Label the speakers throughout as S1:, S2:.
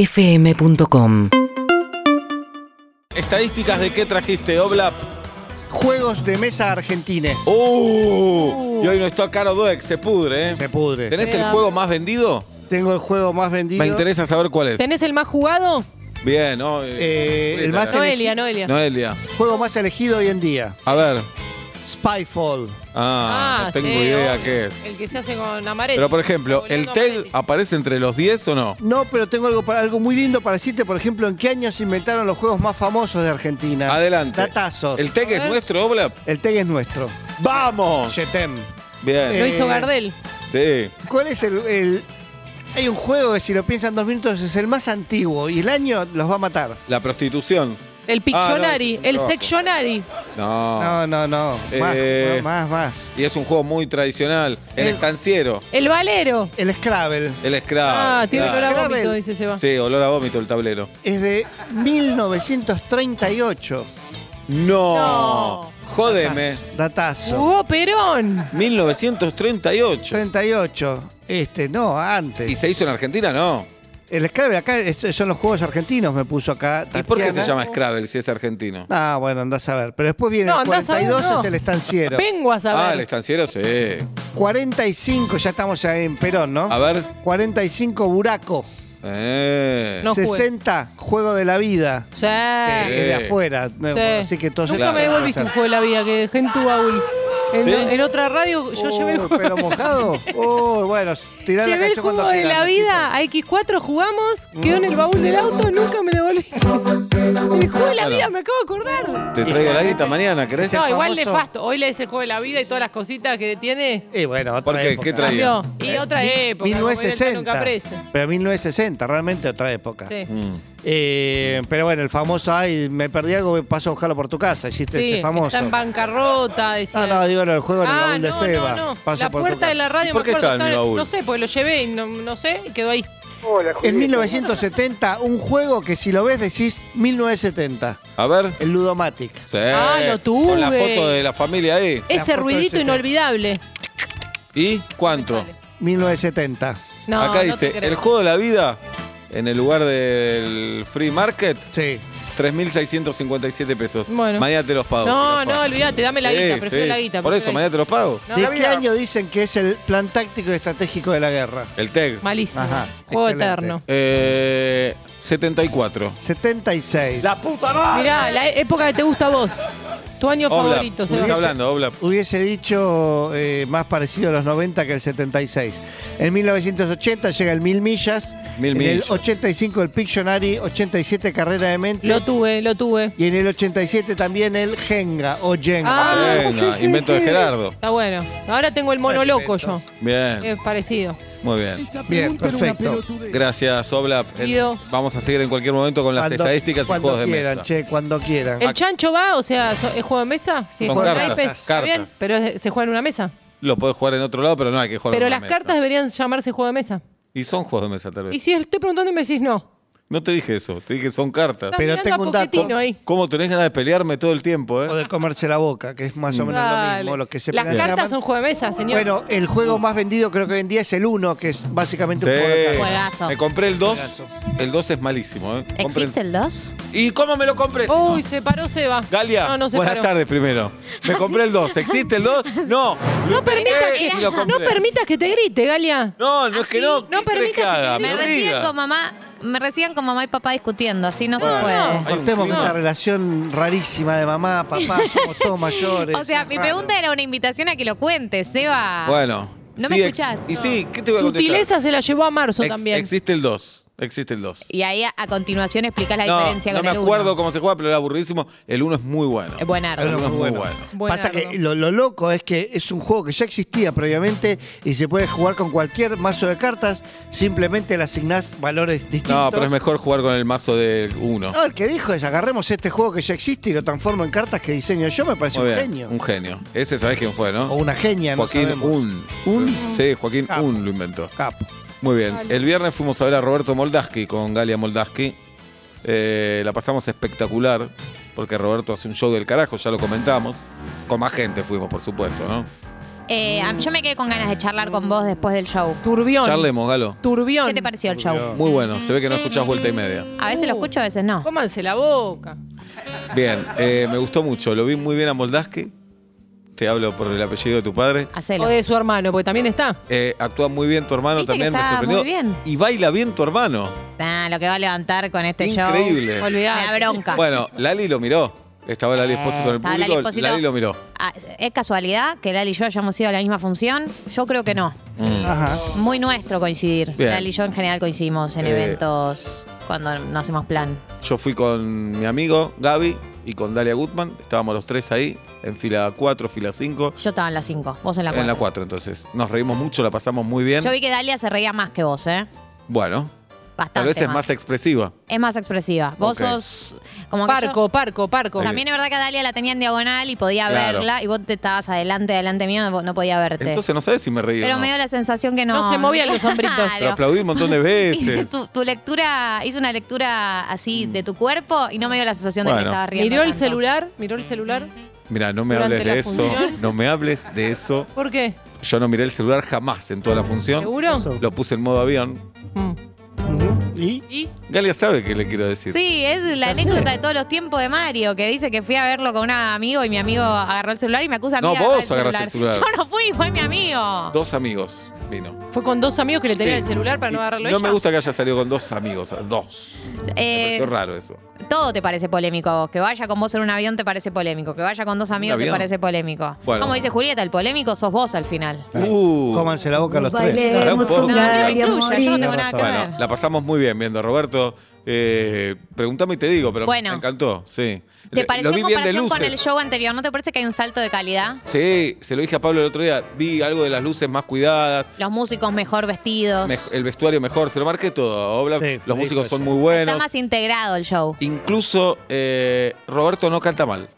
S1: UrbanaPlayFM.com
S2: ¿Estadísticas de qué trajiste, Oblap?
S3: Juegos de mesa argentines.
S2: ¡Uh! Y hoy no está Caro Dueck, se pudre, ¿eh?
S3: Se pudre.
S2: ¿Tenés el juego más vendido?
S3: Tengo el juego más vendido.
S2: Me interesa saber cuál es.
S4: ¿Tenés el más jugado?
S2: Bien, no,
S3: Eh, el
S2: Rita,
S3: más-
S4: Noelia, Noelia.
S2: Noelia.
S3: Juego más elegido hoy en día.
S2: A ver.
S3: Spyfall.
S2: Ah, no tengo
S4: sí,
S2: idea
S4: obvio.
S2: qué es.
S4: El que se hace con amaretti.
S2: Pero, por ejemplo, ¿el
S4: Volviendo
S2: TEL
S4: amaretti.
S2: aparece entre los 10 o no?
S3: No, pero tengo algo, para, algo muy lindo para decirte, por ejemplo, en qué años se inventaron los juegos más famosos de Argentina.
S2: Adelante.
S3: Datazos.
S2: ¿El
S3: El,
S2: TEC es
S4: ver.
S2: nuestro, Oblap?
S3: TEG es nuestro.
S2: ¡Vamos!
S3: Yetem.
S2: Bien,
S4: Lo hizo
S3: Eh,
S4: Gardel.
S2: sí.
S3: ¿Cuál es el, el- Hay un juego que si lo piensan dos minutos es el más antiguo y el año los va a matar.
S2: La prostitución.
S4: El Pictionary.
S2: es un
S4: el
S2: trabajo.
S4: Sectionary.
S2: No.
S3: No, no, no. Más,
S2: Ah. Eh.
S3: más, más.
S2: Y es un juego muy tradicional. El
S3: Eh.
S2: estanciero.
S4: El Valero.
S3: El Scrabble
S2: El Scrabble.
S4: Ah, tiene
S2: claro.
S4: olor a
S3: Gardel.
S4: vómito, dice Seba.
S2: Sí, olor a vómito el tablero.
S3: es de 1938.
S2: No.
S4: No.
S2: Jódeme.
S3: Datazo.
S4: Jugó Perón.
S2: 1938.
S3: 38. Este, no,
S2: ¿Y
S3: antes.
S2: se hizo en Argentina? No.
S3: El Scrabble acá es- son los juegos argentinos, me puso acá.
S2: ¿Y por qué se
S3: Tatiana.
S2: llama Scrabble si es argentino?
S3: Ah, bueno, andás a ver. Pero después viene
S4: No,
S3: el
S4: andás a ver,
S3: 42,
S4: no.
S3: es el estanciero.
S4: Vengo a
S2: Ah, el
S4: saber.
S2: estanciero, sí.
S3: 45, ya estamos ya en Perón, ¿no?
S2: A ver.
S3: 45, Buraco.
S2: Eh.
S4: No jugué.
S3: 60, Juego de la Vida.
S4: Sí.
S3: que es de afuera.
S4: Sí.
S3: Bueno, así que todos
S4: Nunca
S2: Claro.
S4: me devolviste un juego de la vida que dejé en tu baúl. En,
S2: ¿Sí?
S4: en otra radio yo llevé el
S3: Uy,
S4: juego.
S3: Oh, pelo mojado. Uy, bueno, tirá la
S4: Llevé el
S3: cacho cuando
S4: juego de
S3: quieras,
S4: la
S3: Nachito.
S4: vida a X4, jugamos, quedó en el baúl del auto, nunca me lo volviste. El juego de la
S2: Claro.
S4: vida, me acabo de acordar.
S2: Te traigo la guita mañana, ¿querés?
S3: Ese
S4: No, igual
S3: famoso-
S4: nefasto. Hoy le dice el juego de la vida y todas las cositas que tiene.
S3: Y bueno, otra
S2: ¿Por qué?
S3: época.
S2: ¿Qué traía?
S4: Cambió.
S3: Eh,
S4: Y otra época. como era el
S3: 1960.
S4: Nunca presa.
S3: Pero 1960, realmente otra época.
S4: Sí.
S2: Mm.
S3: Eh, pero bueno, el famoso, ay, me perdí algo, paso a buscarlo por tu casa, hiciste
S4: Sí,
S3: ese famoso.
S4: está en bancarrota,
S3: no,
S4: decía.
S3: no, digo no, el juego en el
S4: Ah,
S3: baúl de
S4: no,
S3: Seba.
S4: no, no.
S3: paso
S4: La
S3: por tu
S4: puerta de
S3: casa.
S4: la radio
S2: ¿Y por
S4: me
S2: qué
S4: acuerdo,
S2: estaba en el baúl?
S4: No sé, pues lo llevé y no, no sé, y quedó ahí.
S3: En 1970, un juego que si lo ves decís 1970,
S2: A ver.
S3: el Ludomatic.
S2: Sí.
S4: Ah, lo tuve.
S2: Con la foto de la familia ahí.
S3: foto
S4: Ese
S3: de
S4: ruidito
S3: ese-
S4: inolvidable.
S2: ¿Y cuánto?
S4: Sale.
S3: 1970.
S4: No,
S2: Acá
S4: no
S2: dice,
S4: te creo.
S2: el juego de la vida, en el lugar del free market,
S3: Sí.
S2: 3.657 pesos.
S4: Bueno.
S2: Mañana te los pago.
S4: No,
S2: Rafa.
S4: no, olvídate, dame la
S2: Sí,
S4: guita, prefiero
S2: sí.
S4: la guita.
S2: Por
S4: prefiero
S2: eso,
S4: la
S2: mañana
S4: guita.
S2: te los pago.
S4: No,
S3: ¿De
S4: la
S3: qué
S4: vida-
S3: año dicen que es el plan táctico y estratégico de la guerra?
S2: El TEG.
S4: Malísimo.
S3: Ajá,
S4: Juego
S3: excelente.
S4: eterno.
S2: Eh, 74.
S3: 76.
S2: puta madre!
S4: Mirá, la e- época que te gusta a vos. Tu año favorito,
S2: ¿Qué está
S4: Sebastián.
S2: hablando, Oblap?
S3: Hubiese dicho eh, más parecido a los 90 que el 76. En 1980 llega el Mil Millas.
S2: Mil
S3: en
S2: Millas.
S3: el 85 el Pictionary, 87 Carrera de Mente.
S4: Lo tuve, lo tuve.
S3: y en el 87 también el Jenga o Jenga.
S4: Ah.
S2: Venga, invento de Gerardo.
S4: Está bueno. Ahora tengo el mono loco yo.
S2: Bien,
S4: Es parecido.
S2: muy bien.
S3: Bien, perfecto.
S2: Gracias, Oblap. El-
S4: Guido.
S2: Vamos a seguir en cualquier momento con las
S3: Cuando-
S2: estadísticas y
S3: cuando
S2: juegos de
S3: quieran,
S2: mesa.
S3: Che, cuando quieran.
S4: ¿El chancho va? O sea, so- ¿es juego de mesa? Sí,
S2: Con
S4: juego de
S2: cartas,
S4: naipes,
S2: cartas.
S4: Bien, pero es de- se juega en una mesa.
S2: Lo podés jugar en otro lado, pero no hay que jugar
S4: Pero
S2: en una
S4: las
S2: mesa.
S4: cartas deberían llamarse juego de mesa.
S2: Y son juegos de mesa, tal vez.
S4: Y si estoy preguntando y me decís no.
S2: No te dije eso, te dije que son cartas.
S4: Estás
S3: Pero
S4: mirando
S3: tengo
S4: a
S3: un dato.
S4: Pochettino ahí.
S2: ¿Cómo tenés ganas de pelearme todo el tiempo,
S3: O
S2: eh?
S3: de comerse la boca, que es más o menos lo
S4: Dale.
S3: mismo. Lo que se
S4: Las
S3: llaman.
S4: cartas son juego de mesa, señor.
S3: Bueno, el juego más vendido creo que hoy en día es el 1, que es básicamente un juego de
S2: Sí.
S3: cartas.
S5: Juegazo.
S2: Me compré el 2.
S3: Juegazo.
S2: El 2 es malísimo, ¿eh? Compré
S5: ¿Existe el 2?
S2: ¿Y cómo me lo compré?
S4: Uy, se paró Seba.
S2: Galia,
S4: no, no se
S2: buenas
S4: paró.
S2: tardes primero. Me compré el 2. ¿Existe el 2? No.
S4: No permitas
S2: Eh,
S4: que,
S2: y lo
S4: no
S2: compré.
S4: permitas que te grite, Galia.
S2: No, no es que no.
S5: Así,
S2: ¿qué
S4: no
S2: querés
S4: permitas
S2: que
S4: que
S2: haga?
S4: te
S5: Me
S2: Me
S5: reciban
S2: obliga.
S5: con mamá, me reciban con mamá y papá discutiendo, así no
S2: Bueno,
S5: se puede.
S2: hay un
S3: Cortemos
S2: clima.
S3: esta relación rarísima de mamá, papá, somos todos mayores.
S5: O sea, mi
S3: Raro.
S5: pregunta era una invitación a que lo cuentes, Seba.
S2: Bueno.
S5: No
S2: sí
S5: me
S2: ex-
S5: escuchás.
S2: Y sí, ¿qué te voy a contestar?
S4: Sutileza se la llevó a marzo
S2: Ex-
S4: también.
S2: Existe el 2. Existe el 2.
S5: Y ahí a, a continuación explicas la
S2: No,
S5: diferencia
S2: no
S5: con
S2: me
S5: el uno.
S2: acuerdo cómo se juega, pero era aburridísimo. El 1 es muy bueno.
S5: Eh, Buen
S2: El
S5: árbol.
S2: 1 es muy
S3: bueno.
S2: bueno.
S4: Buen
S3: Pasa
S4: árbol.
S3: que lo, lo loco es que es un juego que ya existía previamente y se puede jugar con cualquier mazo de cartas, simplemente le asignás valores distintos.
S2: No, pero es mejor jugar con el mazo del 1.
S3: No, el que dijo es agarremos este juego que ya existe y lo transformo en cartas que diseño yo, me parece
S2: Muy
S3: un
S2: bien.
S3: genio.
S2: Un genio. Ese sabés quién fue, ¿no?
S3: O una genia, no
S2: Joaquín
S3: sabemos. Ah.
S2: Un.
S3: Un.
S2: Sí, Joaquín
S3: Capo.
S2: Un lo inventó.
S3: Capo.
S2: Muy bien.
S4: Dale.
S2: El viernes fuimos a ver a Roberto Moldaski con Galia Moldaski. Eh, la pasamos espectacular, porque Roberto hace un show del carajo, ya lo comentamos. Con más gente fuimos, por supuesto, ¿no?
S5: Eh, a- yo me quedé con ganas de charlar con vos después del show.
S4: Turbión.
S2: Charlemos, Galo.
S4: Turbión.
S5: ¿Qué te pareció el show?
S2: Muy bueno, se ve que no escuchás vuelta y media.
S5: A veces lo escucho, a veces no.
S4: Cómanse la boca.
S2: Bien, eh, me gustó mucho. Lo vi muy bien a Moldaski. Te hablo por el apellido de tu padre.
S5: Hacelo.
S4: O de su hermano, porque también está.
S2: Eh, actúa muy bien tu hermano
S5: Viste que
S2: también, me
S5: está
S2: sorprendió.
S5: muy bien.
S2: Y baila bien tu hermano.
S5: Ah, lo que va a levantar con este show.
S2: Increíble.
S4: Olvidate.
S5: La bronca.
S2: Bueno, Lali lo miró. Estaba Lali
S5: Eh,
S2: Espósito en el
S5: estaba Lali
S2: público. Lali,
S5: Espósito.
S2: lo miró.
S5: Ah, ¿Es casualidad que Lali y yo hayamos ido a la misma función? Yo creo que no.
S2: Mm.
S3: Ajá.
S5: Muy nuestro coincidir.
S2: Bien.
S5: Lali y yo en general coincidimos en
S2: Eh.
S5: eventos cuando no hacemos plan.
S2: Yo fui con mi amigo Gaby y con Dalia Gutman. Estábamos los tres ahí, en fila 4, fila 5.
S5: Yo estaba en la 5, vos en la 4.
S2: En la 4, entonces. Nos reímos mucho, la pasamos muy bien.
S5: Yo vi que Dalia se reía más que vos, ¿eh?
S2: Bueno,
S5: Bastante.
S2: tal vez es más
S5: más
S2: expresiva.
S5: Es más expresiva. Vos
S2: Ok.
S5: sos como que yo-
S4: Parco, parco, parco.
S5: También es verdad que a Dalia la tenía en diagonal y podía
S2: Claro.
S5: verla y vos te estabas adelante, adelante mío, no, no podía verte.
S2: Entonces no sabes si me reí o
S5: Pero
S2: no.
S5: me dio la sensación que no.
S4: No se movían los hombritos.
S2: Pero
S5: Claro.
S2: aplaudí un montón de
S5: Y
S2: veces.
S5: tu, tu lectura, hizo una lectura así de tu cuerpo y no me dio la sensación de que
S2: Mm. Bueno.
S5: estaba riendo.
S4: Miró el
S5: tanto.
S4: celular, miró el celular.
S2: Mira, no me
S4: Durante
S2: hables de
S4: la
S2: eso.
S4: función.
S2: No me hables de eso.
S4: ¿Por qué?
S2: Yo no miré el celular jamás en toda la función.
S4: ¿Seguro?
S2: Lo puse en modo avión.
S4: Mm.
S3: ¿Y?
S4: ¿Y?
S2: Galia sabe qué le quiero decir.
S5: Sí, es la anécdota de todos los tiempos de Mario, que dice que fui a verlo con un amigo y mi amigo agarró el celular y me acusa a mí
S2: No,
S5: de agarrar
S2: vos agarraste el celular.
S5: Yo no fui, fue mi amigo.
S2: Dos amigos vino.
S4: Fue con dos amigos que le tenían
S2: Sí.
S4: el celular para no agarrarlo
S2: No
S4: ella.
S2: me gusta que haya salido con dos amigos. Dos. Me
S5: Eh,
S2: pareció raro eso.
S5: Todo te parece polémico a vos. Que vaya con vos en un avión te parece polémico. Que vaya con dos amigos te
S2: avión?
S5: parece polémico.
S2: Bueno.
S5: Como dice Julieta, el polémico sos vos al final.
S2: Uh.
S3: Cómanse la boca los tres.
S2: Pará un
S1: Bailemos
S2: poco.
S1: con
S5: No, no me
S1: Gaby a
S5: incluyo, yo no
S1: morir.
S5: tengo nada que
S2: Bueno,
S5: ver.
S2: la pasamos muy bien viendo a Roberto. Eh, preguntame y te digo, pero
S5: Bueno.
S2: me encantó. Sí.
S5: ¿Te pareció
S2: lo vi
S5: en
S2: bien de
S5: comparación con
S2: luces.
S5: el show anterior? ¿No te parece que hay un salto de calidad?
S2: Sí, se lo dije a Pablo el otro día. Vi algo de las luces más cuidadas.
S5: Los músicos mejor vestidos.
S2: Mej- el vestuario mejor, se lo marqué todo. Oblak,
S3: Sí,
S2: los
S3: dijo
S2: músicos
S3: eso.
S2: son muy buenos.
S5: Está más integrado el show.
S2: Incluso eh, Roberto no canta mal.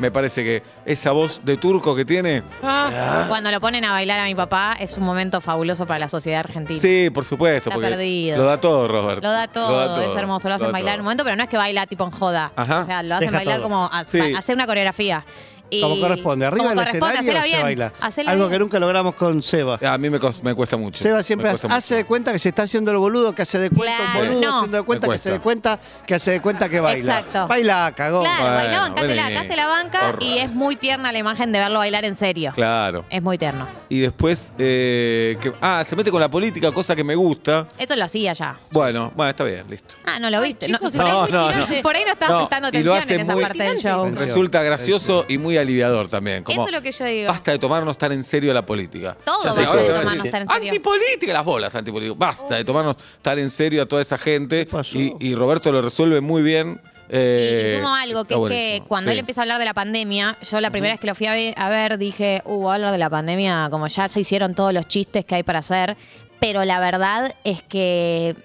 S2: Me parece que esa voz de turco que tiene.
S4: Ah,
S5: Cuando lo ponen a bailar a mi papá es un momento fabuloso para la sociedad argentina.
S2: Sí, por supuesto.
S5: Está
S2: porque
S5: perdido.
S2: Lo da todo, Roberto.
S5: Lo da, todo, es hermoso, lo hacen
S2: da
S5: bailar en un
S2: todo.
S5: momento, pero no es que baila tipo en joda.
S2: Ajá.
S5: O sea, lo hacen
S3: Deja
S5: bailar
S3: todo.
S5: como a-
S2: Sí.
S5: a- hacer una coreografía. Y-
S3: Como corresponde, arriba
S5: Eh, como
S3: del
S5: corresponde,
S3: escenario
S5: hacela
S3: se
S5: bien,
S3: baila.
S5: hacela
S3: Algo
S5: bien.
S3: que nunca logramos con Seba.
S2: A mí me, cos- me cuesta mucho.
S3: Seba siempre
S2: Me
S3: hace,
S2: cuesta mucho.
S3: hace de cuenta que se está haciendo el boludo, que hace de cuenta
S5: Claro,
S3: un boludo,
S5: no.
S3: haciendo de cuenta
S2: Me
S3: que se
S2: cuesta.
S3: de cuenta, que hace de cuenta que baila.
S5: Exacto.
S3: Baila, cagón.
S5: Claro,
S2: Oh, Bueno,
S5: bailá, bancátela,
S2: vení.
S5: acá se la banca
S2: Horror.
S5: y es muy tierna la imagen de verlo bailar en serio.
S2: Claro.
S5: Es muy tierno.
S2: Y después. eh, que- ah, se mete con la política, cosa que me gusta.
S5: Esto lo hacía ya.
S2: Bueno, bueno, está bien, listo.
S5: Ah, no lo viste.
S4: chicos,
S5: no,
S2: No,
S4: no,
S2: no, no.
S5: por ahí no estabas
S2: No,
S5: prestando
S2: y lo
S5: atención en
S2: hace
S5: esa
S2: muy-
S5: parte del show.
S3: Tirante.
S2: Resulta gracioso y muy aliviador también. Como,
S5: Eso es lo que yo digo.
S2: Basta de tomarnos tan en serio la política.
S5: Todo
S2: Ya sé,
S5: basta
S2: ahora
S5: de
S2: te van a
S5: tomarnos
S2: decir,
S5: tan en serio.
S2: Antipolítica, las bolas antipolíticas. Basta de tomarnos tan en serio a toda esa gente.
S3: pasó?
S2: Y, y Roberto lo resuelve muy bien.
S5: Y
S2: eh,
S5: sumo algo,
S2: está
S5: que es que
S2: buenísimo.
S5: cuando
S2: Sí.
S5: él empieza a hablar de la pandemia, yo la primera vez que lo fui a ve- a ver, dije, uh, voy a hablar de la pandemia, como ya se hicieron todos los chistes que hay para hacer, pero la verdad es que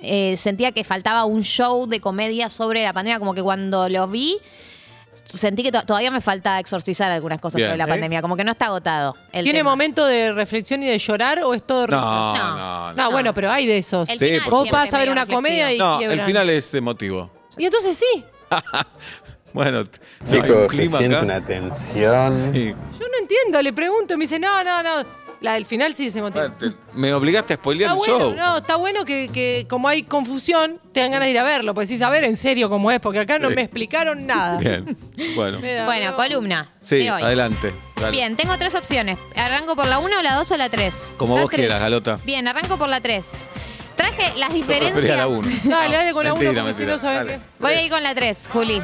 S5: eh, sentía que faltaba un show de comedia sobre la pandemia, como que cuando lo vi, sentí que to- todavía me falta exorcizar algunas cosas
S2: Bien.
S5: sobre la
S2: ¿Eh?
S5: pandemia, como que no está agotado. el
S4: ¿Tiene
S5: tema.
S4: momento de reflexión y de llorar o es todo risas?
S2: No,
S5: No.
S2: no,
S4: No,
S2: no.
S4: bueno, pero hay de esos.
S5: El
S2: Sí,
S5: final
S2: por
S5: siempre
S4: Vos vas
S5: es
S4: a ver
S5: medio
S4: una comedia y
S2: No, el
S4: quiebran.
S2: final es emotivo.
S4: Y entonces sí.
S2: Bueno, t- hay un
S6: Chicos, se
S2: clima
S6: siente
S2: acá.
S6: una tensión.
S2: Sí.
S4: Yo no entiendo, le pregunto, me dice, no, no, no. La del final sí se motiva.
S2: Bueno, te- Me obligaste a spoilear
S4: Está
S2: el
S4: Ah, bueno,
S2: show.
S4: no, está bueno que, que como hay confusión, te dan ganas de ir a verlo, porque decís, a ver en serio cómo es, porque acá no
S2: Sí.
S4: me explicaron nada.
S2: Bien, bueno.
S4: Me da
S5: Bueno,
S4: bronca.
S5: columna.
S2: Sí,
S5: de hoy.
S2: adelante. dale.
S5: Bien, tengo tres opciones. Arranco por la 1, la 2 o la 3.
S2: Como vos quieras, Galota.
S5: Bien, arranco por la 3. Traje las
S2: Yo prefería
S5: diferencias.
S2: la 1.
S4: Dale, dale con la uno, porque si no sabés
S5: Voy a ir con la 3, Juli.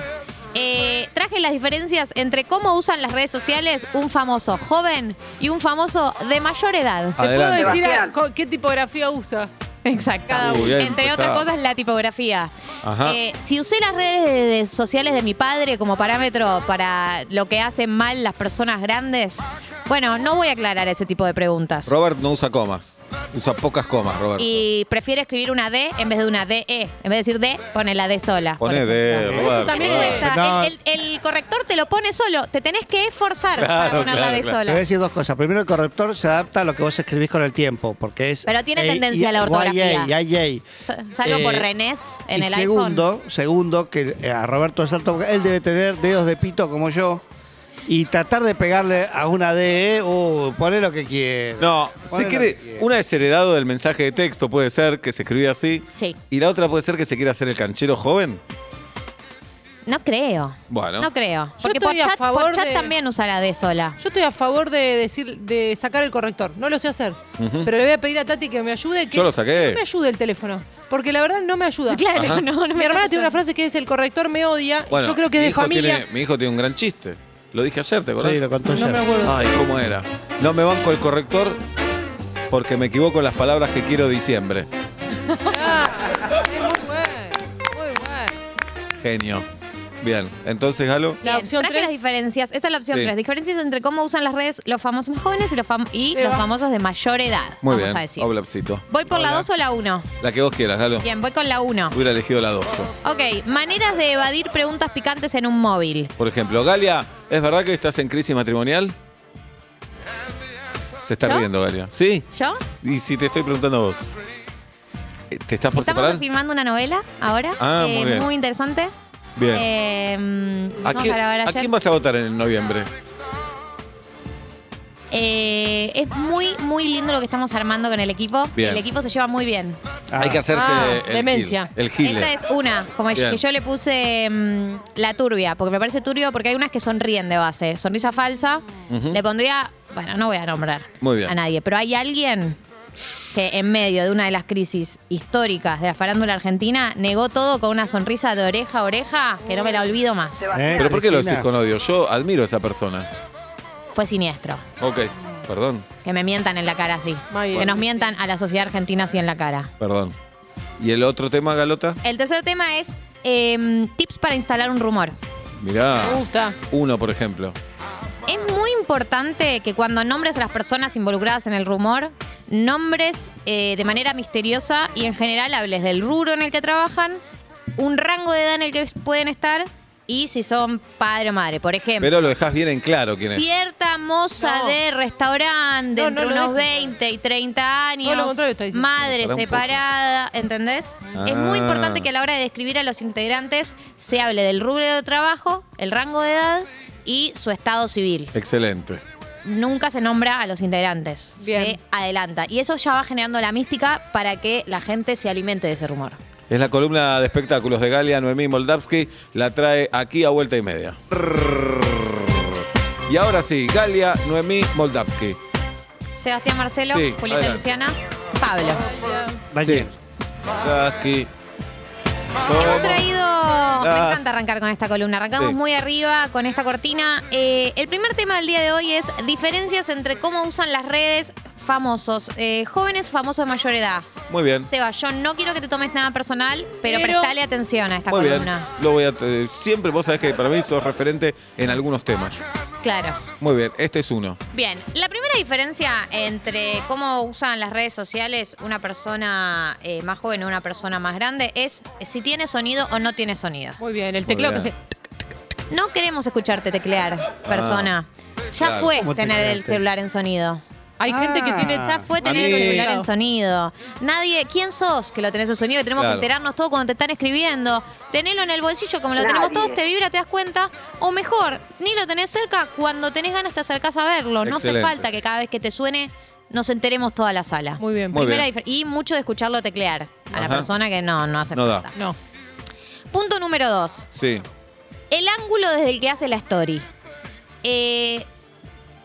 S5: Eh, traje las diferencias entre cómo usan las redes sociales un famoso joven y un famoso de mayor edad.
S2: Ah.
S4: ¿Te puedo
S2: Adelante.
S4: decir a- co- qué tipografía usa?
S5: Exacto.
S4: Cada uno.
S2: Uy, bien
S5: entre
S2: empezado.
S5: otras cosas, la tipografía.
S2: Ajá.
S5: Eh, si usé las redes de- de- sociales de mi padre como parámetro para lo que hacen mal las personas grandes, bueno, no voy a aclarar ese tipo de preguntas.
S2: Robert no usa comas. Usa pocas comas, Robert.
S5: y prefiere escribir una D en vez de una DE. En vez de decir D, pone la D sola. por
S2: Pone de
S5: ejemplo.
S2: Robert.
S4: también
S2: Robert.
S5: Cuesta.
S3: No.
S5: El, el- el corrector te lo pone solo. Te tenés que esforzar para
S2: Claro,
S5: ponerla
S2: claro,
S5: de
S2: claro.
S3: Te voy a
S5: sola.
S3: decir dos cosas. Primero, el corrector se adapta a lo que vos escribís con el tiempo, porque es.
S5: Pero tiene
S3: ey,
S5: tendencia a la
S3: y-
S5: ortografía.
S3: guay, ey, ey.
S5: Sa- Salvo por
S3: Eh,
S5: Renés en
S3: y
S5: el
S3: segundo, segundo, que eh, a Roberto es alto, porque él debe tener dedos de pito como yo. y tratar de pegarle a una DE o poner lo que quiera.
S2: No, si
S3: Ponen lo que
S2: quiere,
S3: quieran.
S2: una es heredado del mensaje de texto, puede ser que se escribió así.
S5: Sí.
S2: Y la otra puede ser que se quiera hacer el canchero joven.
S5: No creo.
S2: Bueno.
S5: No creo. Porque por
S4: estoy a
S5: chat,
S4: favor
S5: por chat
S4: de-
S5: también usa la D sola.
S4: Yo estoy a favor de decir, de sacar el corrector. No lo sé hacer. Pero le voy a pedir a Tati que me ayude. Que
S2: Yo lo saqué.
S4: No me ayude el teléfono. Porque la verdad no me ayuda.
S5: Claro,
S2: Ajá.
S5: no, no
S4: Mi
S5: me
S4: hermana tiene una frase que es el corrector me odia. y
S2: Bueno,
S4: yo creo que es
S2: mi
S4: de
S2: hijo
S4: familia.
S2: tiene- mi hijo tiene un gran chiste. Lo dije ayer, ¿te acordás?
S3: Sí, lo contó
S4: No
S3: ayer.
S4: me acuerdo.
S2: Ay, ¿cómo era? No me banco el corrector porque me equivoco en las palabras que quiero diciembre.
S4: Es muy bueno. Muy bueno.
S2: Genio. Bien, entonces Galo.
S4: La
S5: Bien,
S4: opción
S5: traje
S4: tres.
S5: las diferencias. Esta es la opción
S2: Sí.
S5: 3. Diferencias entre cómo usan las redes los famosos más jóvenes y los, fam- y
S4: Ahí
S5: los
S4: va.
S5: famosos de mayor edad.
S2: Muy
S5: vamos
S2: bien.
S5: a decir.
S2: Oblapsito.
S5: Voy por la 2 o la 1.
S2: La que vos quieras, Galo.
S5: Bien, voy con la 1.
S2: Hubiera elegido la dos. yo.
S5: Ok, maneras de evadir preguntas picantes en un móvil.
S2: Por ejemplo, Galia, ¿es verdad que estás en crisis matrimonial? Se está
S5: ¿Yo?
S2: riendo, Galia. ¿Sí?
S5: ¿Yo?
S2: Y si te estoy preguntando a vos. Eh, ¿Te estás por
S5: Estamos
S2: separar?
S5: filmando una novela ahora. Eh,
S2: Ah, muy bien.
S5: Muy interesante.
S2: Bien.
S5: Eh, mm,
S2: ¿A
S5: vamos
S2: quién,
S5: a grabar
S2: a
S5: ayer.
S2: quién vas a votar en noviembre?
S5: Eh, es muy, muy lindo lo que estamos armando con el equipo.
S2: Bien.
S5: El equipo se lleva muy bien.
S3: Ah,
S2: Hay que hacerse
S4: Ah,
S2: el,
S4: demencia.
S2: gil, el gile.
S5: Esta es una, como
S2: Bien.
S5: que yo le puse mm, la turbia, porque me parece turbio porque hay unas que sonríen de base. Sonrisa falsa.
S2: Ujú.
S5: Le pondría, bueno, no voy a nombrar
S2: Muy bien.
S5: a nadie, pero hay alguien que en medio de una de las crisis históricas de la farándula argentina negó todo con una sonrisa de oreja a oreja que no me la olvido más.
S3: ¿eh,
S2: ¿Pero por qué lo
S3: Cristina?
S2: decís con odio? Yo admiro a esa persona.
S5: Fue siniestro.
S2: Ok, perdón,
S5: Que me mientan en la cara así.
S4: Muy bien.
S5: Que nos mientan a la sociedad argentina así en la cara.
S2: perdón. ¿Y el otro tema, Galota?
S5: El tercer tema es em, tips para instalar un rumor.
S2: Mirá,
S4: Me gusta.
S2: uno, por ejemplo.
S5: Es muy importante que cuando nombres a las personas involucradas en el rumor, nombres eh, de manera misteriosa y en general hables del rubro en el que trabajan, un rango de edad en el que pueden estar y si son padre o madre. Por ejemplo,
S2: Pero lo dejás bien en claro quién es.
S5: cierta moza
S4: No.
S5: de restaurante
S4: No,
S5: entre
S4: no lo
S5: unos
S4: dejes.
S5: 20 y 30 años,
S4: Todo lo contrario está diciendo.
S5: madre
S2: Pará un poco.
S5: separada, ¿entendés? Es muy
S2: Ah.
S5: importante que a la hora de describir a los integrantes se hable del rubro de trabajo, el rango de edad y su estado civil
S2: Excelente.
S5: nunca se nombra a los integrantes.
S4: Bien.
S5: Se adelanta. Y eso ya va generando la mística para que la gente se alimente de ese rumor.
S2: Es la columna de espectáculos de Galia Noemí Moldavsky. La trae aquí a vuelta y media. Y ahora sí, Galia Noemí Moldavsky.
S5: Sebastián Marcelo,
S2: Sí,
S5: Julieta
S2: adelante.
S5: Luciana, Pablo.
S2: Sí.
S3: Daniel.
S2: Moldavsky.
S5: Hemos traído.
S2: Ah.
S5: Me encanta arrancar con esta columna. Arrancamos
S2: Sí.
S5: muy arriba con esta cortina. Eh, el primer tema del día de hoy es diferencias entre cómo usan las redes famosos, eh, jóvenes famosos de mayor edad.
S2: Muy bien.
S5: Seba, yo no quiero que te tomes nada personal, pero,
S4: Pero-
S5: prestale atención a esta
S2: Muy bien.
S5: columna.
S2: Lo voy a eh, siempre vos sabés que para mí sos referente en algunos temas.
S5: Claro.
S2: Muy bien, este es uno.
S5: Bien, la primera diferencia entre cómo usan las redes sociales una persona eh, más joven o una persona más grande es si tiene sonido o no tiene sonido.
S4: Muy bien. El teclado que
S2: bien.
S4: se.
S5: No queremos escucharte teclear, persona. ya
S2: claro.
S5: fue
S3: Ah, ¿Cómo
S5: tener el
S3: tecleaste?
S5: celular en sonido.
S4: Hay
S3: Ah.
S4: gente que tiene.
S5: Ya fue
S2: a
S5: tener
S2: mí-
S5: el celular en sonido. Nadie, ¿quién sos que lo tenés en sonido? Que tenemos
S2: Claro.
S5: que enterarnos todo cuando te están escribiendo. Tenelo en el bolsillo como lo tenemos todos, te vibra, te das cuenta. O mejor, ni lo tenés cerca, cuando tenés ganas te acercás a verlo. No hace
S2: Excelente.
S5: falta que cada vez que te suene nos enteremos toda la sala.
S4: Muy bien.
S2: Muy
S5: Primera
S2: bien.
S5: difer- Y mucho de escucharlo teclear a la
S2: Ajá.
S5: persona que no, no hace
S2: No da.
S5: falta.
S4: No.
S5: Punto número dos.
S2: Sí.
S5: El ángulo desde el que hace la story. Eh,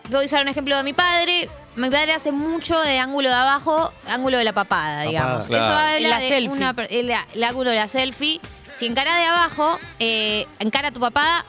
S5: voy a usar un ejemplo de mi padre. Mi padre hace mucho de ángulo de abajo, ángulo de la papada,
S3: Papada.
S5: digamos.
S2: Claro.
S5: Eso habla
S4: La
S5: de
S4: selfie.
S5: una per- el, el ángulo de la selfie. Si encara de abajo, eh, encara tu papada,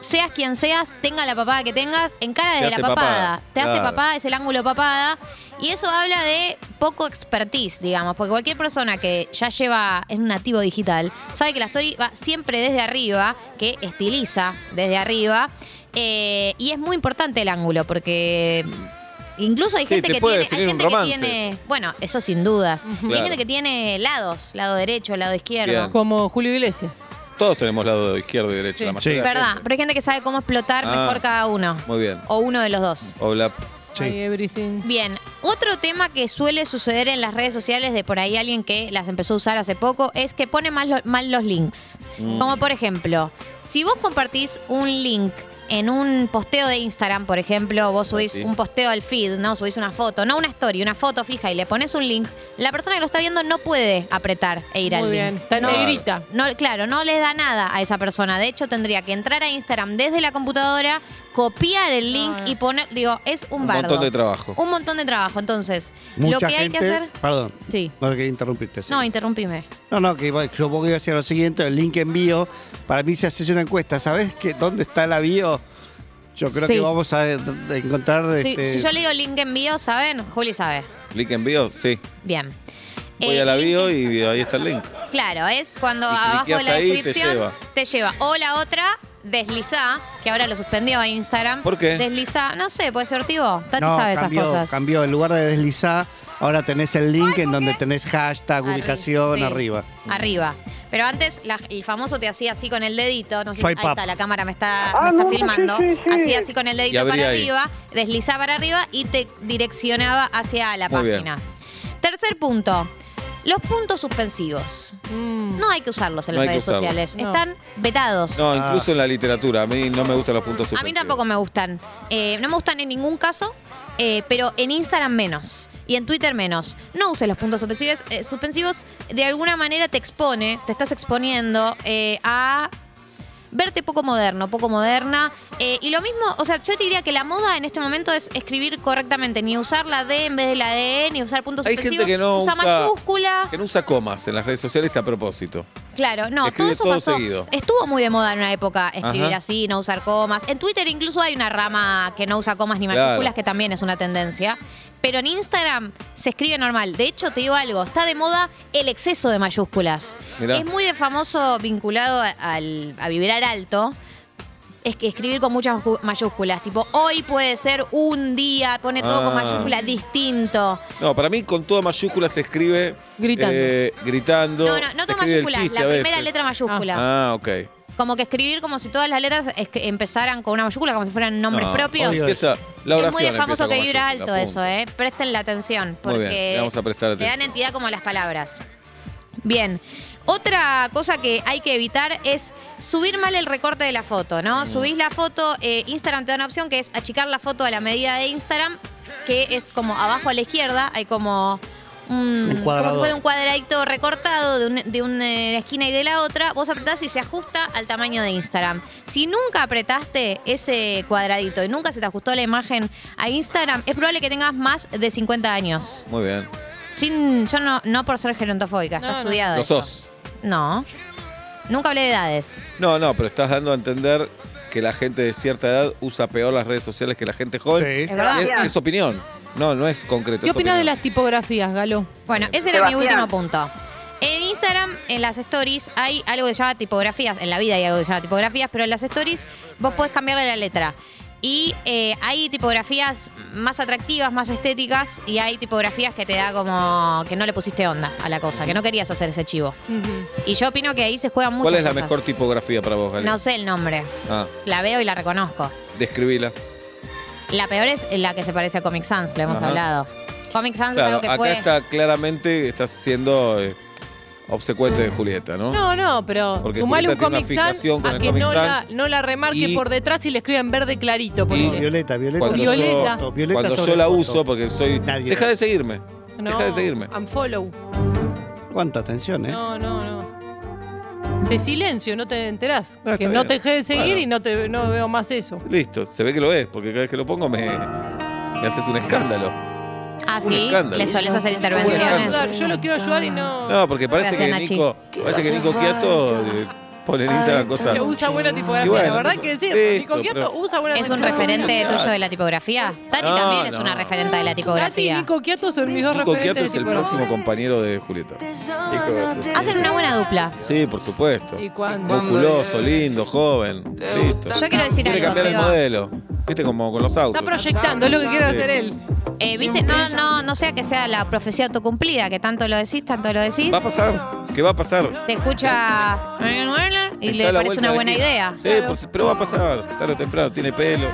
S5: seas quien seas, tenga la papada que tengas, encara desde
S2: hace
S5: la papada.
S2: papada,
S5: Te hace
S2: claro.
S5: papada, es el ángulo de papada. Y eso habla de poco expertise, digamos, porque cualquier persona que ya lleva, es un nativo digital, sabe que la story va siempre desde arriba, que estiliza desde arriba. eh, y es muy importante el ángulo, porque incluso hay
S2: Sí,
S5: gente
S2: te
S5: que
S2: puede
S5: tiene.
S2: definir
S5: Hay
S2: un
S5: gente que
S2: romance
S5: tiene. Bueno, eso sin dudas. Hay
S2: Claro.
S5: gente que tiene lados, lado derecho, lado izquierdo.
S2: Bien.
S4: Como Julio Iglesias.
S2: Todos tenemos lado izquierdo y derecho,
S4: Sí.
S2: la mayoría.
S3: Sí.
S2: de la
S5: ¿Verdad? Oh.
S2: gente.
S5: Pero hay gente que sabe cómo explotar
S2: Ah.
S5: mejor cada uno.
S2: Muy bien.
S5: O uno de los dos.
S2: Hola.
S3: Sí.
S4: My everything.
S5: Bien, otro tema que suele suceder en las redes sociales de por ahí alguien que las empezó a usar hace poco es que pone mal, lo- mal los links. Como por ejemplo, si vos compartís un link en un posteo de Instagram, por ejemplo, vos subís
S2: Sí.
S5: un posteo al feed, ¿no? Subís una foto, no una story, una foto fija y le pones un link, la persona que lo está viendo no puede apretar e ir
S4: Muy
S5: al
S4: bien.
S5: link.
S4: Está en
S5: No,
S4: negrita.
S5: Ah, no, claro, no le da nada a esa persona. De hecho, tendría que entrar a Instagram desde la computadora, copiar el link
S4: No, no.
S5: y poner. Digo, es un,
S2: Un
S5: bardo.
S2: montón de trabajo.
S5: Un montón de trabajo. Entonces,
S3: Mucha
S5: lo que hay
S3: gente,
S5: que hacer.
S3: Perdón,
S5: Sí.
S3: no quería interrumpirte. sí.
S5: No, interrumpime.
S3: No, no, que iba- yo voy a hacer lo siguiente, el link envío. Para mí, si haces una encuesta, ¿sabés que, dónde está el avío? Yo creo
S5: Sí.
S3: que vamos a eh, encontrar...
S5: Si-
S3: este,
S5: Si, yo le digo link envío, ¿saben? Juli sabe.
S2: Link envío, sí.
S5: Bien.
S2: Voy
S5: Eh,
S2: a la
S5: link-
S2: bio y ahí está el link.
S5: Claro, es cuando
S2: Y
S5: abajo de la
S2: cliqueás ahí y te
S5: descripción te lleva.
S2: lleva.
S5: O la otra, deslizá, que ahora lo suspendió a Instagram.
S2: ¿Por qué?
S5: Deslizá, no sé, puede ser Tibo. Tati
S3: no,
S5: sabe
S3: cambió,
S5: esas cosas.
S3: cambió. En lugar de deslizar, ahora tenés el link en donde tenés hashtag,
S5: Arri-
S3: ubicación,
S5: sí.
S3: arriba.
S5: Arriba. Pero antes la- el famoso te hacía así con el dedito. No sé,
S3: Swipe
S5: ahí
S3: up.
S5: está, la cámara me está, me está filmando. Hacía así con el dedito
S2: abría
S5: para
S2: ahí.
S5: arriba, deslizaba para arriba y te direccionaba hacia la
S2: Muy bien.
S5: página. Tercer punto. Los puntos suspensivos.
S4: Mm.
S5: No hay que usarlos en
S2: No
S5: las
S2: hay que
S5: redes
S2: usarlos.
S5: sociales.
S4: No.
S5: Están vetados.
S2: No,
S3: Ah.
S2: incluso en la literatura. A mí no me gustan los puntos
S5: A
S2: suspensivos.
S5: mí tampoco me gustan. Eh, no me gustan en ningún caso, eh, pero en Instagram menos. Y en Twitter menos. No uses los puntos suspensivos. eh, suspensivos de alguna manera te expone, te estás exponiendo eh, a verte poco moderno, poco moderna. Eh, y lo mismo, o sea, yo te diría que la moda en este momento es escribir correctamente. Ni usar la D en vez de la D, ni usar puntos
S2: Hay
S5: suspensivos.
S2: gente que no
S5: usa,
S2: usa-
S5: mayúscula.
S2: Que no usa comas en las redes sociales a propósito.
S5: Claro, no, todo
S2: Escribe
S5: eso
S2: todo
S5: pasó.
S2: seguido.
S5: Estuvo muy de moda en una época escribir
S2: Ajá.
S5: así, no usar comas. En Twitter incluso hay una rama que no usa comas ni
S2: Claro.
S5: mayúsculas, que también es una tendencia. Pero en Instagram se escribe normal. De hecho, te digo algo, está de moda el exceso de mayúsculas.
S2: Mirá.
S5: Es muy de famoso vinculado a- al, a vibrar alto. Es que escribir con muchas ju- mayúsculas, tipo hoy puede ser un día, pone todo con
S2: Ah.
S5: mayúsculas distinto.
S2: No, para mí con toda mayúscula se escribe.
S4: Gritando.
S2: eh, gritando.
S5: No, no, no
S2: se
S5: todo
S2: escribe el
S5: mayúsculas,
S2: chiste
S5: la
S2: a
S5: primera
S2: veces.
S5: letra mayúscula.
S2: Ah, ok.
S5: Como que escribir como si todas las letras es- que empezaran con una mayúscula, como si fueran nombres
S2: No,
S5: propios.
S2: empieza- la
S5: es muy
S2: oración
S5: de
S2: empieza
S5: famoso que
S2: con
S5: vibra
S2: mayúscula,
S5: alto eso,
S2: punto.
S5: ¿eh? Presten la atención,
S2: Muy bien,
S5: porque
S2: le vamos a prestar
S5: le dan
S2: atención.
S5: entidad como a las palabras. Bien. Otra cosa que hay que evitar es subir mal el recorte de la foto, ¿no?
S2: Mm.
S5: Subís la foto, eh, Instagram te da una opción que es achicar la foto a la medida de Instagram, que es como abajo a la izquierda, hay como un,
S3: Un
S5: como
S3: cuadrado.
S5: si fuera un cuadradito recortado de, un- de una esquina y de la otra, vos apretás y se ajusta al tamaño de Instagram. Si nunca apretaste ese cuadradito y nunca se te ajustó la imagen a Instagram, es probable que tengas más de 50 años.
S2: Muy bien.
S5: Sin, yo no, no por ser gerontofóbica,
S4: No,
S5: está
S4: no.
S5: estudiado.
S2: Lo
S5: eso.
S2: sos.
S5: No. Nunca hablé de edades.
S2: No, no, pero estás dando a entender que la gente de cierta edad usa peor las redes sociales que la gente joven.
S5: Es
S3: Sí.
S5: verdad.
S2: Y Es, es opinión. No, no es concreto.
S4: ¿Qué
S2: es
S4: opinas de
S2: opinión.
S4: las tipografías, Galo?
S5: Bueno, ese era mi
S1: Sebastián.
S5: último punto. En Instagram, en las stories, hay algo que se llama tipografías. En la vida hay algo que se llama tipografías, pero en las stories vos podés cambiarle la letra. Y eh, hay tipografías más atractivas, más estéticas, y hay tipografías que te da como que no le pusiste onda a la cosa, que no querías hacer ese chivo. Y yo opino que ahí se juegan mucho.
S2: ¿Cuál es la mejor tipografía para vos, Gali?
S5: No sé el nombre.
S2: Ah,
S5: La veo y la reconozco.
S2: describila.
S5: La peor es la que se parece a Comic Sans, lo hemos
S2: Ajá.
S5: hablado. Comic Sans es
S2: Claro,
S5: algo que
S2: acá
S5: fue.
S2: está claramente, estás siendo eh, obsecuente de Julieta, ¿no?
S4: No, no, pero
S2: Porque
S4: sumale un
S2: Julieta tiene
S4: Comic
S2: una
S4: Sans
S2: fijación con
S4: a
S2: el
S4: que
S2: Comic
S4: no
S2: Sans.
S4: la, no la remarque
S2: Y-
S4: por detrás y le escriba en verde clarito.
S2: Y-
S4: ponele.
S3: Violeta, Violeta.
S2: Cuando yo-
S4: Violeta.
S3: Violeta
S2: cuando
S3: sobre
S2: yo la
S3: foto.
S2: uso, porque soy...
S3: Nadie
S2: Deja
S3: la-
S2: de seguirme.
S4: No,
S2: Deja de seguirme.
S4: Unfollow.
S3: Cuánta atención, ¿eh?
S4: No, no, no. De silencio, no te enterás.
S2: No, Ah, está
S4: que no
S2: bien.
S4: te dejé de seguir
S2: Bueno.
S4: y no te no veo más eso.
S2: Listo, se ve que lo es, porque cada vez que lo pongo me, me haces un escándalo.
S5: Ah,
S2: Un
S5: sí.
S2: escándalo.
S5: Le solés hacer
S4: Yo quiero
S5: intervenciones.
S4: ayudar, Yo lo quiero ayudar y no.
S2: No, porque parece
S5: Gracias,
S2: que
S5: Nachi.
S2: Nico, parece que Nico Quiato eh, pone en Instagram cosas.
S4: Que usa buena
S2: Y
S4: tipografía,
S2: bueno,
S4: la verdad hay que decir.
S2: listo,
S4: Nico Quiato
S2: pero-
S4: usa buena
S5: ¿Es un
S4: tipografía.
S5: referente tuyo de la tipografía? Tati
S2: No,
S5: también es
S2: no.
S5: una referente de la
S4: Tati y
S5: tipografía.
S4: Nico Quiato son mis dos
S2: Nico
S4: referentes.
S2: Quiato
S4: de
S2: es el
S4: tipografía.
S2: próximo compañero de Julieta.
S5: Hacen una buena dupla.
S2: Sí, por supuesto.
S4: ¿Y cuándo?
S2: Musculoso, lindo, joven. Listo.
S5: Yo quiero decir
S2: Quiere
S5: algo,
S2: cambiar el
S5: Seba.
S2: modelo. Viste como con los autos.
S4: Está proyectando, es lo que quiere
S2: Sí.
S4: hacer él.
S5: Eh, ¿Viste? No, no, no sea que sea la profecía autocumplida, que tanto lo decís, tanto lo decís.
S2: Va a pasar. ¿Qué va a pasar?
S5: Te escucha y
S2: Está
S5: le
S2: a la
S5: parece
S2: vuelta
S5: una
S2: de
S5: buena
S2: esquina.
S5: idea.
S2: Sí, por su- pero va a pasar. Tarde o temprano. Tiene pelo.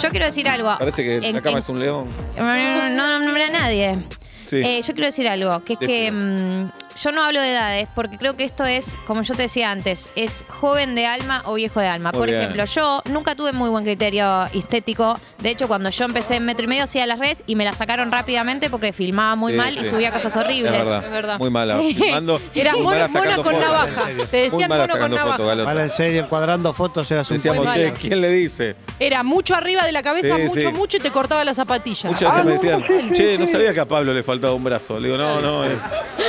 S5: Yo quiero decir algo.
S2: Parece que
S5: Ah, En-
S2: la cama
S5: en-
S2: es un león.
S5: No nombré a nadie.
S2: Sí.
S5: Eh, yo quiero decir algo, que es que
S2: Decilo.
S5: mm, yo no hablo de edades, porque creo que esto es, como yo te decía antes, es joven de alma o viejo de alma.
S2: Muy
S5: Por
S2: bien.
S5: ejemplo, yo nunca tuve muy buen criterio estético. De hecho, cuando yo empecé en metro y medio hacía las redes y me las sacaron rápidamente porque filmaba muy
S2: Sí,
S5: mal y
S2: sí.
S5: subía cosas
S2: Es
S5: horribles.
S2: verdad.
S4: es verdad.
S2: Muy mala. Filmando,
S4: Eras
S2: muy
S4: mono,
S2: mala
S4: mono
S2: sacando
S4: con
S2: fotos.
S4: navaja. Te
S2: Muy mala
S4: decían mono con
S2: sacando
S4: navaja.
S2: fotos, Galota.
S3: Mala en serio, encuadrando fotos eras un
S2: Decíamos,
S4: Muy
S2: che,
S4: mala.
S2: ¿quién le dice?
S4: Era mucho arriba de la cabeza,
S2: Sí,
S4: mucho,
S2: sí.
S4: mucho, y te cortaba la zapatilla.
S2: Muchas veces me decían, che, no sabía que a Pablo le faltaba un brazo. Le digo, no, no, es,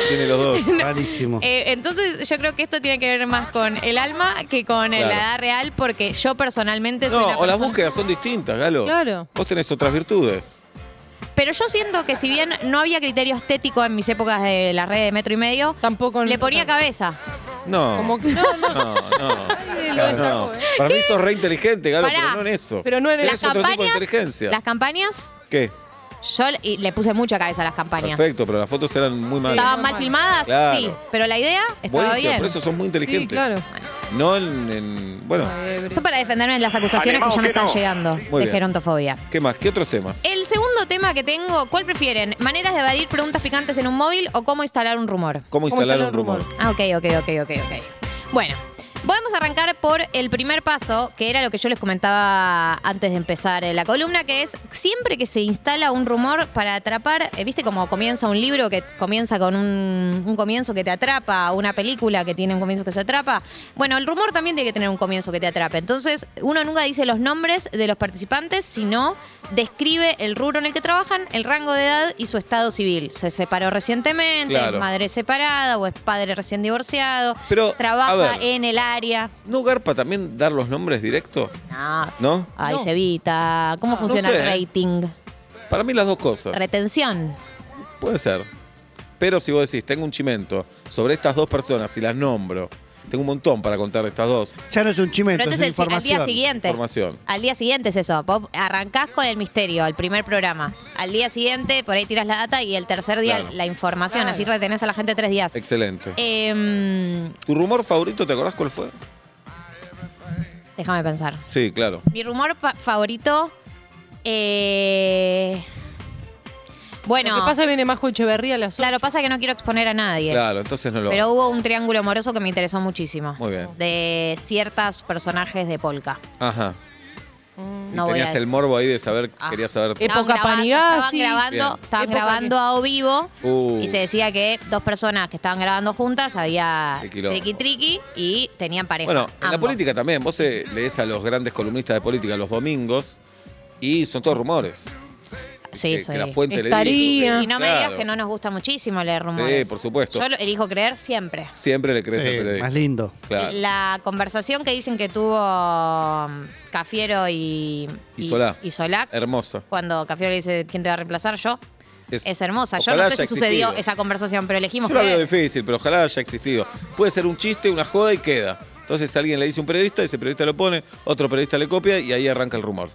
S2: tiene los dos.
S3: Rarísimo.
S5: Eh, entonces yo creo que esto tiene que ver más con el alma que con la
S2: Claro.
S5: edad real, porque yo personalmente soy
S2: No,
S5: una
S2: o las
S5: persona-
S2: búsquedas son distintas, Galo.
S4: Claro.
S2: Vos tenés otras virtudes.
S5: Pero yo siento que si bien no había criterio estético en mis épocas de la red de metro y medio,
S4: Tampoco en-
S5: le ponía cabeza.
S2: No.
S4: Como que- no, no.
S2: No, no.
S4: Ay, lo
S2: No.
S4: destacó, ¿eh?
S2: Para mí sos re inteligente, Galo,
S5: Pará.
S2: pero no en eso.
S4: Pero no en
S2: Tenés
S5: Las
S2: otro
S5: campañas,
S2: tipo de inteligencia.
S5: las campañas,
S2: ¿Qué?
S5: yo le- y le puse mucha cabeza a las campañas.
S2: Perfecto, pero las fotos eran muy malas.
S5: Estaban mal filmadas,
S2: Claro.
S5: sí, pero la idea estaba
S2: Buenísimo,
S5: bien.
S2: por eso son muy inteligentes.
S4: Sí, claro.
S2: No en, en- Bueno,
S5: Eso para defenderme de las acusaciones que ya me están llegando
S2: Muy
S5: de
S2: bien.
S5: gerontofobia.
S2: ¿qué más? ¿Qué otros temas?
S4: Eh,
S5: El segundo tema que tengo, ¿cuál prefieren? ¿Maneras de evadir preguntas picantes en un móvil o cómo instalar un rumor?
S2: ¿Cómo instalar
S4: instalar
S2: un rumor?
S4: rumor?
S5: Ah, ok, ok, ok, ok, ok. Bueno, podemos arrancar por el primer paso, que era lo que yo les comentaba antes de empezar eh, la columna, que es siempre que se instala un rumor para atrapar, eh, viste como comienza un libro que comienza con un, un comienzo que te atrapa, una película que tiene un comienzo que se atrapa. Bueno, el rumor también tiene que tener un comienzo que te atrape. Entonces, uno nunca dice los nombres de los participantes, sino describe el rubro en el que trabajan, el rango de edad y su estado civil. Se separó recientemente,
S2: Claro.
S5: es madre separada o es padre recién divorciado,
S2: Pero, a
S5: trabaja
S2: ver.
S5: en el área.
S2: ¿No garpa también dar los nombres directos?
S5: No.
S2: ¿No?
S5: Ay,
S4: No.
S5: se evita. ¿Cómo funciona
S2: sé,
S5: el
S2: ¿eh?
S5: rating?
S2: Para mí las dos cosas.
S5: Retención.
S2: Puede ser. Pero si vos decís, tengo un chimento sobre estas dos personas y las nombro, tengo un montón para contar de estas dos.
S3: Ya no es un
S5: Pero
S3: chimento,
S5: este
S3: es
S5: es el si- al
S3: información.
S5: día siguiente.
S2: Información.
S5: Al día siguiente es eso. Vos arrancás con el misterio, el primer programa. Al día siguiente, por ahí tiras la data y el tercer día
S2: Claro.
S5: la información. Así retenés a la gente tres días.
S2: Excelente.
S5: Eh. Em,
S2: ¿Tu rumor favorito, te acordás cuál fue?
S5: déjame pensar.
S2: Sí, claro.
S5: Mi rumor pa- favorito. eh,
S4: Lo
S5: bueno,
S4: que pasa es que viene Majo Echeverría a las
S5: claro, pasa que no quiero exponer a nadie.
S2: Claro, entonces no lo.
S5: Pero hubo un triángulo amoroso que me interesó muchísimo.
S2: Muy bien.
S5: De ciertos personajes de Polka.
S2: Ajá. Y
S5: No voy a
S2: tenías el
S5: decir.
S2: morbo ahí de saber,
S5: Ah.
S2: querías saber.
S4: Eh, Época
S5: Estaban grabando-
S4: Panigasi.
S5: Estaban grabando,
S2: Bien.
S5: estaban
S4: Época
S5: grabando a O Vivo.
S2: Uh,
S5: Y se decía que dos personas que estaban grabando juntas había
S2: Qué quilombo.
S5: triqui triqui y tenían pareja.
S2: Bueno, en la
S5: ambos.
S2: política también, vos eh, lees a los grandes columnistas de política los domingos y son todos rumores.
S5: Sí,
S2: que,
S5: sí.
S2: que la fuente le dijo.
S4: Estaría.
S2: que-
S5: Y no me
S2: claro.
S5: digas que no nos gusta muchísimo leer rumores.
S2: por supuesto.
S5: Yo lo- elijo creer siempre.
S2: Siempre le crees al
S3: Eh,
S2: periodista.
S3: más lindo.
S2: Claro.
S5: La conversación que dicen que tuvo mm, Cafiero y,
S2: Y Solá. Eh,
S5: y Solá,
S2: Hermosa.
S5: cuando Cafiero le dice quién te va a reemplazar, yo, es, hermosa. Yo
S2: ojalá
S5: no sé si
S2: haya
S5: sucedió
S2: existido.
S5: esa conversación, pero elegimos
S2: Yo la veo
S5: creer.
S2: difícil, pero ojalá haya existido. Puede ser un chiste, una joda y queda. Entonces alguien le dice a un periodista, ese periodista lo pone, otro periodista le copia y ahí arranca el rumor.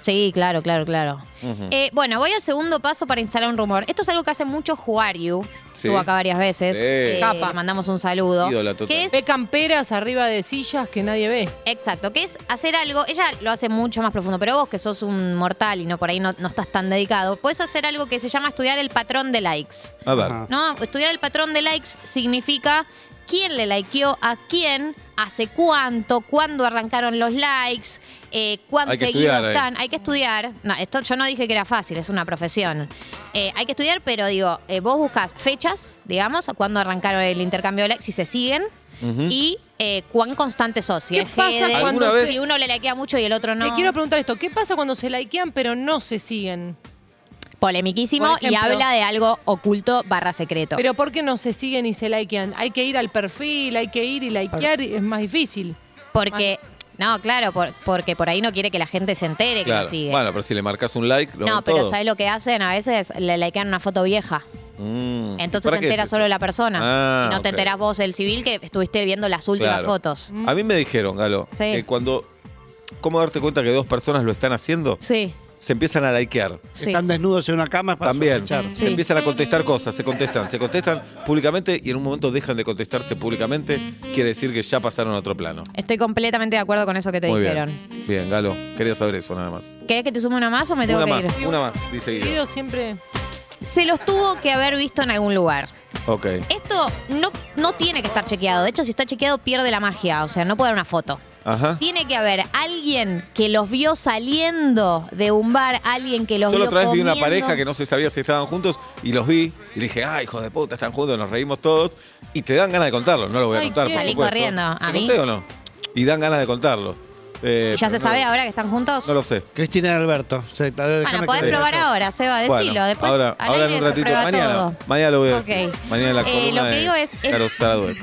S5: Sí, claro, claro, claro.
S2: Ujú.
S5: Eh, bueno, voy al segundo paso para instalar un rumor. Esto es algo que hace mucho Juariu.
S2: Sí.
S5: Estuvo acá varias veces.
S2: Sí.
S5: Eh,
S4: Capa.
S5: Mandamos un saludo.
S2: Ídola total.
S5: Que es
S4: Ve camperas arriba de sillas que nadie ve.
S5: Exacto, que es hacer algo, ella lo hace mucho más profundo, pero vos que sos un mortal y no por ahí no, no estás tan dedicado, puedes hacer algo que se llama estudiar el patrón de likes.
S2: A ver.
S3: Ajá.
S5: ¿No? Estudiar el patrón de likes significa quién le likeó a quién, hace cuánto, cuándo arrancaron los likes, eh, cuán
S2: Hay que
S5: seguidos
S2: estudiar ahí.
S5: están. Hay que estudiar. No, esto yo no dije que era fácil, es una profesión. Eh, hay que estudiar, pero digo, eh, vos buscas fechas, digamos, cuándo arrancaron el intercambio de likes, si se siguen.
S2: Ujú.
S5: Y eh, cuán constantes sos. Si
S4: ¿Qué
S5: es
S4: pasa
S5: GD,
S2: cuando ¿Alguna
S5: si
S2: vez?
S5: uno le likea mucho y el otro no.
S4: Le quiero preguntar esto, ¿qué pasa cuando se likean pero no se siguen?
S5: Polemiquísimo
S4: Por
S5: y
S4: ejemplo.
S5: habla de algo oculto barra secreto.
S4: Pero ¿por qué no se siguen y se likean? Hay que ir al perfil, hay que ir y likear, y es más difícil.
S5: Porque, no, claro, por- porque por ahí no quiere que la gente se entere que
S2: Claro.
S5: lo sigue.
S2: Bueno, pero si le marcas un like, lo
S5: no,
S2: ven
S5: pero
S2: todos.
S5: ¿sabes lo que hacen? A veces le likean una foto vieja.
S2: Mm.
S5: Entonces
S2: ¿Para
S5: se
S2: qué es
S5: entera
S2: eso?
S5: solo la persona.
S2: Ah,
S5: y no te
S2: ok.
S5: enterás vos, el civil, que estuviste viendo las últimas
S2: Claro.
S5: fotos.
S2: A mí me dijeron, Galo,
S5: Sí.
S2: que cuando. ¿Cómo darte cuenta que dos personas lo están haciendo?
S5: Sí,
S2: Se empiezan a likear.
S5: sí.
S3: Están desnudos en una cama para
S2: También.
S3: sospechar.
S5: Sí.
S2: Se empiezan a contestar cosas, se contestan, se contestan públicamente y en un momento dejan de contestarse públicamente. Quiere decir que ya pasaron a otro plano.
S5: Estoy completamente de acuerdo con eso que te
S2: Muy
S5: dijeron.
S2: bien. Bien, Galo. Quería saber eso nada más.
S5: ¿Querés que te sume una más o me tengo
S2: Una
S5: que
S2: más,
S5: ir?
S2: una más, dice Guido.
S4: Guido siempre...
S5: Se los tuvo que haber visto en algún lugar.
S2: Ok.
S5: Esto no, no tiene que estar chequeado. De hecho, si está chequeado, pierde la magia. O sea, no puede haber una foto.
S2: Ajá.
S5: Tiene que haber alguien que los vio saliendo de un bar, alguien que los
S2: Yo la
S5: vio
S2: otra vez vi una
S5: comiendo.
S2: pareja que no se sabía si estaban juntos y los vi y dije, ah, hijos de puta, están juntos, nos reímos todos y te dan ganas de contarlo. No lo voy a
S4: Ay,
S2: contar,
S4: qué
S2: por
S5: bien.
S2: supuesto.
S5: Corriendo, a
S2: ¿Lo
S5: mí.
S2: conté o no? Y dan ganas de contarlo. Eh,
S5: ¿Y ya se
S2: pero no-
S5: sabe ahora que están juntos?
S2: No lo sé.
S3: Cristina y Alberto. O sea, déjame
S5: bueno, podés
S3: que-
S2: creer.
S5: probar ahora, Seba, decilo.
S2: Bueno,
S5: Después,
S2: ahora,
S5: al
S2: ahora en
S5: aire
S2: un
S5: se
S2: ratito,
S5: prueba
S2: mañana,
S5: todo.
S2: mañana lo voy a
S5: Ok.
S2: decir. Mañana la
S5: Eh,
S2: columna
S5: lo que
S2: de
S5: digo es-
S2: Caro Sara Dweck.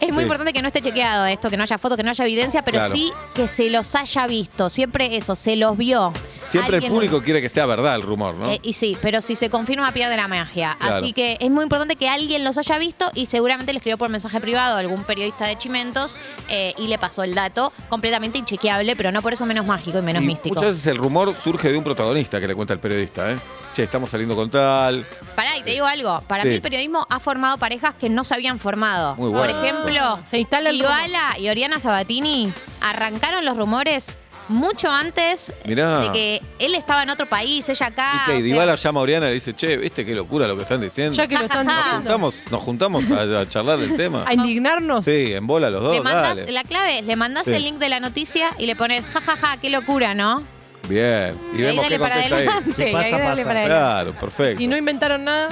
S5: Es
S2: Sí.
S5: muy importante que no esté chequeado esto, que no haya foto, que no haya evidencia, pero
S2: Claro.
S5: sí que se los haya visto. Siempre eso, se los vio.
S2: Siempre el
S5: Alguien-
S2: público quiere que sea verdad el rumor, ¿no?
S5: Eh, y sí, pero si se confirma pierde la magia.
S2: Claro.
S5: Así que es muy importante que alguien los haya visto y seguramente le escribió por mensaje privado a algún periodista de Chimentos eh, y le pasó el dato completamente inchequeable, pero no por eso menos mágico y menos
S2: Y
S5: místico.
S2: Muchas veces el rumor surge de un protagonista que le cuenta el periodista, ¿eh? Che, estamos saliendo con tal.
S5: Pará, y te digo algo. Para
S2: Sí.
S5: mí el periodismo ha formado parejas que no se habían formado.
S2: Muy bueno
S5: Por ejemplo,
S4: Se instala el
S5: Ibala y Oriana Sabatini arrancaron los rumores mucho antes
S2: Mirá.
S5: de que él estaba en otro país, ella acá.
S2: y que
S5: Ah, o sea,
S2: Dybala llama a Oriana y le dice, che, ¿viste qué locura lo que están diciendo?
S4: Ya que lo están
S5: Ja, ja, ja.
S2: nos
S4: diciendo.
S2: juntamos, nos juntamos a, a charlar del tema.
S4: A indignarnos.
S2: Sí, en bola los
S5: le
S2: dos,
S5: mandás-
S2: Oh, dale.
S5: la clave es, le mandás
S2: Sí.
S5: el link de la noticia y le pones, jajaja, qué locura, ¿no?
S2: Bien. Y
S5: ahí
S2: vemos
S5: dale
S2: qué
S5: para
S2: contesta ahí.
S5: adelante.
S3: Sí,
S5: y
S3: pasa,
S5: ahí dale
S3: pasa.
S5: para adelante.
S2: Claro, perfecto.
S4: Si no inventaron nada,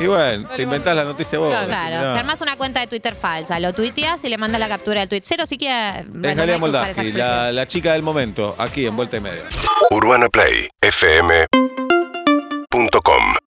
S2: y bueno, te
S4: Dale,
S2: inventás la noticia vos.
S4: Claro.
S2: decís,
S5: Claro,
S2: mirá.
S5: te armás una cuenta de Twitter falsa, lo tuiteas y le mandas la captura del tweet. Cero sí que. bueno,
S2: Es
S5: no
S2: Galia
S5: hay que usar esa
S2: Moldavsky,
S5: expresión.
S2: la, la chica del momento, aquí en Vuelta y Media.
S1: UrbanaPlay.fm.com